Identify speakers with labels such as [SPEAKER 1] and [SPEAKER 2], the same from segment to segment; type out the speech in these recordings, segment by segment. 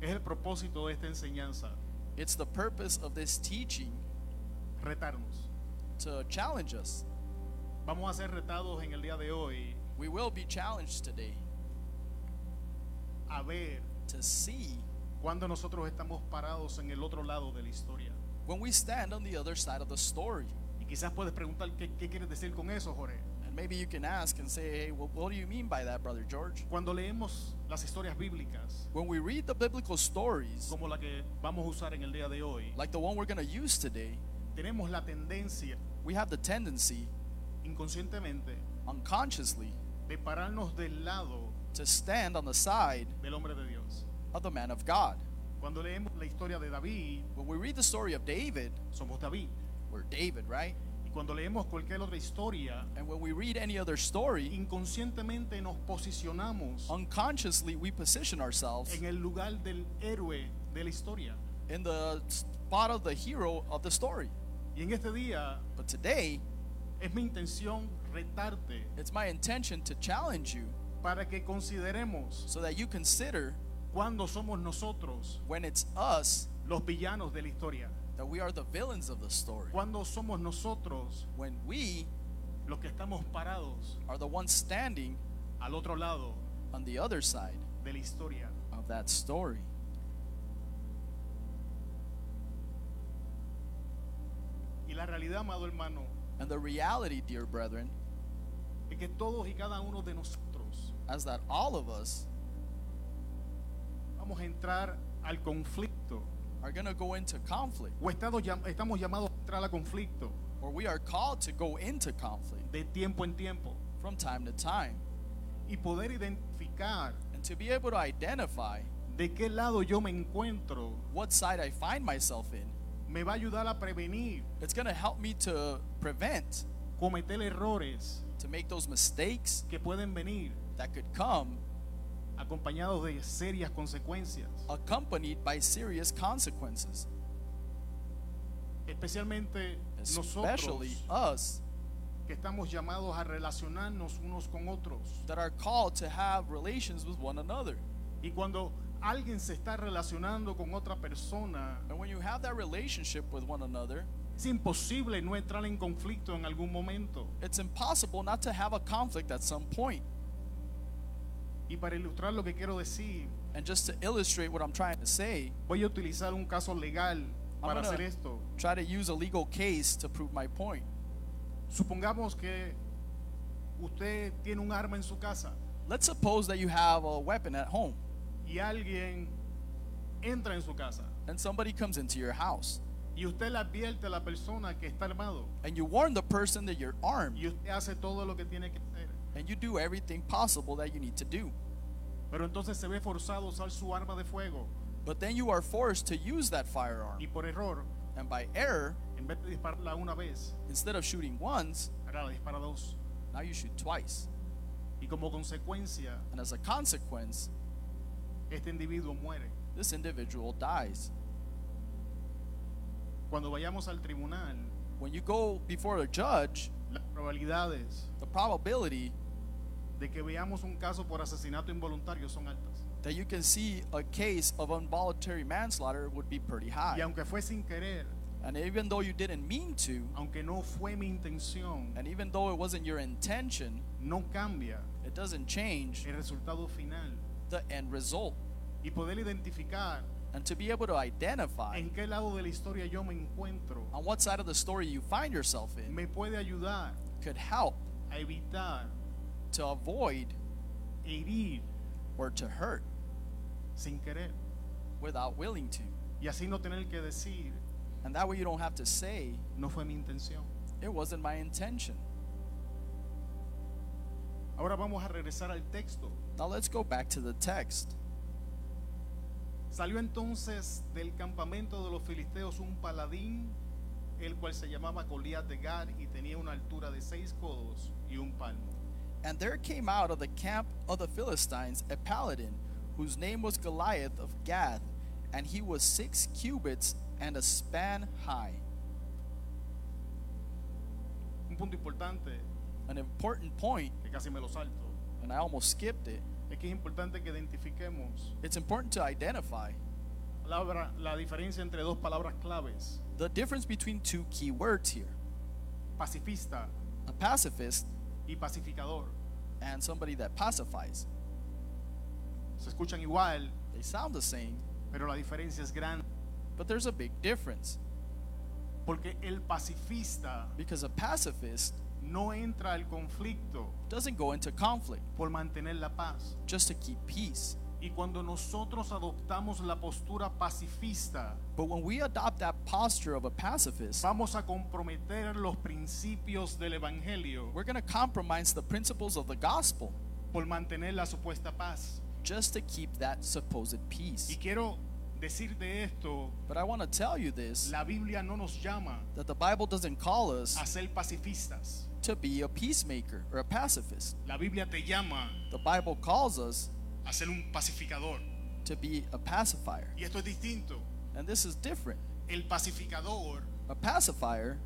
[SPEAKER 1] Es el propósito de esta enseñanza,
[SPEAKER 2] It's the purpose of this teaching
[SPEAKER 1] retarnos.
[SPEAKER 2] to challenge us.
[SPEAKER 1] Vamos a ser retados en el día de hoy
[SPEAKER 2] We will be challenged today
[SPEAKER 1] a ver
[SPEAKER 2] to see
[SPEAKER 1] cuando nosotros estamos parados en el otro lado de la historia.
[SPEAKER 2] when we stand on the other side of the story.
[SPEAKER 1] Y quizás puedes preguntar qué, qué quieres decir con eso, Jorge.
[SPEAKER 2] And maybe you can ask and say, hey, well, what do you mean by that, Brother George?
[SPEAKER 1] Cuando leemos las historias bíblicas,
[SPEAKER 2] When we read the biblical stories,
[SPEAKER 1] como la que vamos a usar en el día de hoy,
[SPEAKER 2] like the one we're going to use today,
[SPEAKER 1] tenemos la tendencia
[SPEAKER 2] we have the tendency,
[SPEAKER 1] inconscientemente
[SPEAKER 2] unconsciously,
[SPEAKER 1] de pararnos del lado
[SPEAKER 2] to stand on the side
[SPEAKER 1] del hombre de Dios.
[SPEAKER 2] of the man of God.
[SPEAKER 1] Cuando leemos la historia de David,
[SPEAKER 2] When we read the story of David,
[SPEAKER 1] somos David.
[SPEAKER 2] we're David, right?
[SPEAKER 1] Y cuando leemos cualquier otra historia,
[SPEAKER 2] And when we read any other story,
[SPEAKER 1] inconscientemente nos posicionamos
[SPEAKER 2] unconsciously we position ourselves
[SPEAKER 1] en el lugar del héroe de la historia.
[SPEAKER 2] in the spot of the hero of the story.
[SPEAKER 1] Y en este día
[SPEAKER 2] But today,
[SPEAKER 1] es mi intención retarte
[SPEAKER 2] it's my intention to challenge you
[SPEAKER 1] para que consideremos
[SPEAKER 2] so that you consider
[SPEAKER 1] cuándo somos nosotros
[SPEAKER 2] when it's us
[SPEAKER 1] los villanos de la historia,
[SPEAKER 2] that we are the villains of the story.
[SPEAKER 1] cuándo somos nosotros
[SPEAKER 2] When we
[SPEAKER 1] los que estamos parados
[SPEAKER 2] are the ones standing
[SPEAKER 1] al otro lado
[SPEAKER 2] on the other side
[SPEAKER 1] de la historia.
[SPEAKER 2] of that story.
[SPEAKER 1] Y la realidad, amado hermano,
[SPEAKER 2] And the reality, dear brethren,
[SPEAKER 1] es que todos y cada uno de nosotros
[SPEAKER 2] is that all of us
[SPEAKER 1] vamos a entrar al conflicto
[SPEAKER 2] are going to go into conflict,
[SPEAKER 1] o estado llam- estamos llamados a entrar al conflicto
[SPEAKER 2] or we are called to go into conflict
[SPEAKER 1] de tiempo en tiempo
[SPEAKER 2] from time to time.
[SPEAKER 1] y poder identificar
[SPEAKER 2] And to be able to identify
[SPEAKER 1] de qué lado yo me encuentro
[SPEAKER 2] what side I find myself in,
[SPEAKER 1] me va a ayudar a prevenir
[SPEAKER 2] it's going to help me to prevent,
[SPEAKER 1] cometer errores
[SPEAKER 2] to make those mistakes
[SPEAKER 1] que pueden venir
[SPEAKER 2] that could come
[SPEAKER 1] acompañados de serias consecuencias,
[SPEAKER 2] accompanied by serious consequences,
[SPEAKER 1] especialmente
[SPEAKER 2] especially
[SPEAKER 1] nosotros
[SPEAKER 2] us
[SPEAKER 1] que estamos llamados a relacionarnos unos con otros.
[SPEAKER 2] that are called to have relations with one another.
[SPEAKER 1] Y cuando alguien se está relacionando con otra persona,
[SPEAKER 2] And when you have that relationship with one another,
[SPEAKER 1] es imposible no entrar en conflicto en algún momento.
[SPEAKER 2] it's impossible not to have a conflict at some point.
[SPEAKER 1] Y para ilustrar lo que quiero decir,
[SPEAKER 2] And just to illustrate what I'm trying to say,
[SPEAKER 1] voy a utilizar un caso legal para
[SPEAKER 2] gonna-
[SPEAKER 1] hacer esto.
[SPEAKER 2] try to use a legal case to prove my point.
[SPEAKER 1] Supongamos que usted tiene un arma en su casa
[SPEAKER 2] Let's suppose that you have a weapon at home
[SPEAKER 1] y alguien entra en su casa
[SPEAKER 2] and somebody comes into your house
[SPEAKER 1] y usted le advierte a la persona que está armado
[SPEAKER 2] and you warn the person that you're armed
[SPEAKER 1] y usted hace todo lo que tiene que hacer.
[SPEAKER 2] and you do everything possible that you need to do.
[SPEAKER 1] Pero entonces se ve forzado a usar su arma de fuego
[SPEAKER 2] But then you are forced to use that
[SPEAKER 1] y
[SPEAKER 2] firearm.
[SPEAKER 1] por error,
[SPEAKER 2] And by error,
[SPEAKER 1] en vez de dispararla una vez,
[SPEAKER 2] instead of shooting once,
[SPEAKER 1] ahora la dispara dos.
[SPEAKER 2] now you shoot twice.
[SPEAKER 1] Y como consecuencia,
[SPEAKER 2] And as a consequence,
[SPEAKER 1] este individuo muere.
[SPEAKER 2] this individual dies.
[SPEAKER 1] Cuando vayamos al tribunal,
[SPEAKER 2] When you go before a judge,
[SPEAKER 1] las probabilidades
[SPEAKER 2] the probability
[SPEAKER 1] de que veamos un caso por asesinato involuntario son altas.
[SPEAKER 2] that you can see a case of involuntary manslaughter would be pretty
[SPEAKER 1] Y
[SPEAKER 2] high.
[SPEAKER 1] aunque fue sin querer,
[SPEAKER 2] And even though you didn't mean to,
[SPEAKER 1] aunque no fue mi intención,
[SPEAKER 2] and even though it wasn't your intention,
[SPEAKER 1] no cambia
[SPEAKER 2] it doesn't change
[SPEAKER 1] el resultado final.
[SPEAKER 2] the end result.
[SPEAKER 1] Y poder identificar
[SPEAKER 2] And to be able to identify
[SPEAKER 1] en qué lado de la historia yo me encuentro
[SPEAKER 2] on what side of the story you find yourself in
[SPEAKER 1] me puede ayudar
[SPEAKER 2] could help
[SPEAKER 1] a evitar
[SPEAKER 2] to avoid
[SPEAKER 1] herir
[SPEAKER 2] or to hurt
[SPEAKER 1] sin querer.
[SPEAKER 2] without willing to.
[SPEAKER 1] Y así no tener que decir,
[SPEAKER 2] And that way you don't have to say,
[SPEAKER 1] no fue mi intención.
[SPEAKER 2] it wasn't my intention.
[SPEAKER 1] Ahora vamos a regresar al texto.
[SPEAKER 2] Now let's go back to the text.
[SPEAKER 1] Salió entonces del campamento de los filisteos un paladín, el cual se llamaba Goliat de Gad y tenía una altura de seis codos y un palmo.
[SPEAKER 2] And there came out of the camp of the Philistines a paladin, whose name was Goliath of Gath, and he was six cubits and a span high.
[SPEAKER 1] Un punto importante,
[SPEAKER 2] An important point,
[SPEAKER 1] que casi me lo salto,
[SPEAKER 2] and I almost skipped it.
[SPEAKER 1] es que es importante que identifiquemos
[SPEAKER 2] It's important to identify
[SPEAKER 1] palabra, la diferencia entre dos palabras claves,
[SPEAKER 2] The difference between two key words here
[SPEAKER 1] pacifista
[SPEAKER 2] a pacifist
[SPEAKER 1] y pacificador.
[SPEAKER 2] and somebody that pacifies.
[SPEAKER 1] Se escuchan igual,
[SPEAKER 2] They sound the same,
[SPEAKER 1] pero la diferencia es grande,
[SPEAKER 2] but there's a big difference
[SPEAKER 1] porque el pacifista
[SPEAKER 2] because a pacifist
[SPEAKER 1] no entra al conflicto
[SPEAKER 2] doesn't go into conflict
[SPEAKER 1] por mantener la paz.
[SPEAKER 2] just to keep peace.
[SPEAKER 1] Y cuando nosotros adoptamos la postura pacifista,
[SPEAKER 2] But when we adopt that posture of a pacifist,
[SPEAKER 1] vamos a comprometer los principios del Evangelio
[SPEAKER 2] we're going to compromise the principles of the gospel
[SPEAKER 1] por mantener la supuesta paz.
[SPEAKER 2] just to keep that supposed
[SPEAKER 1] Y
[SPEAKER 2] peace.
[SPEAKER 1] quiero decirte esto,
[SPEAKER 2] But I want to tell you this
[SPEAKER 1] la Biblia no nos llama
[SPEAKER 2] that the Bible doesn't call
[SPEAKER 1] a
[SPEAKER 2] us
[SPEAKER 1] ser pacifistas.
[SPEAKER 2] to be a peacemaker or a pacifist.
[SPEAKER 1] La Biblia te llama
[SPEAKER 2] The Bible calls us
[SPEAKER 1] a ser un pacificador.
[SPEAKER 2] to be a pacifier.
[SPEAKER 1] Y esto es distinto.
[SPEAKER 2] And this is different.
[SPEAKER 1] El pacificador
[SPEAKER 2] A pacifier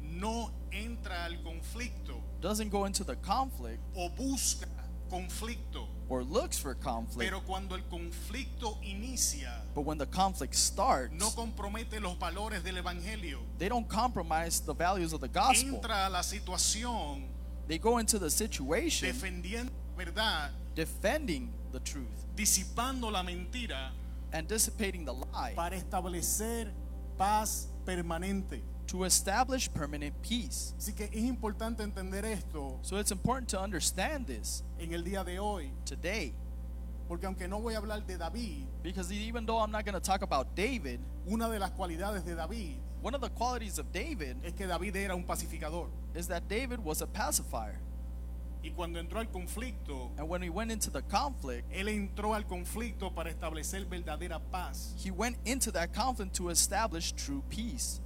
[SPEAKER 1] no entra al conflicto
[SPEAKER 2] doesn't go into the conflict
[SPEAKER 1] o busca conflicto.
[SPEAKER 2] or looks for conflict,
[SPEAKER 1] Pero cuando el conflicto inicia,
[SPEAKER 2] but when the conflict starts,
[SPEAKER 1] no compromete los valores del Evangelio.
[SPEAKER 2] they don't compromise the values of the gospel.
[SPEAKER 1] Entra a la situación
[SPEAKER 2] They go into the situation
[SPEAKER 1] defendiendo la verdad,
[SPEAKER 2] defending the truth
[SPEAKER 1] disipando la mentira
[SPEAKER 2] and dissipating the lie
[SPEAKER 1] para establecer paz permanente.
[SPEAKER 2] to establish permanent peace.
[SPEAKER 1] Así que es importante entender esto
[SPEAKER 2] So it's important to understand this
[SPEAKER 1] en el día de hoy,
[SPEAKER 2] today
[SPEAKER 1] porque aunque no voy a hablar de David,
[SPEAKER 2] because even though I'm not going to talk about David,
[SPEAKER 1] una de las cualidades de David
[SPEAKER 2] one of the qualities of David
[SPEAKER 1] es que David era un pacificador.
[SPEAKER 2] is that David was a pacifier.
[SPEAKER 1] Y cuando entró al conflicto,
[SPEAKER 2] And when he went into the conflict,
[SPEAKER 1] él entró al conflicto para establecer verdadera paz.
[SPEAKER 2] he went into that conflict to establish true peace.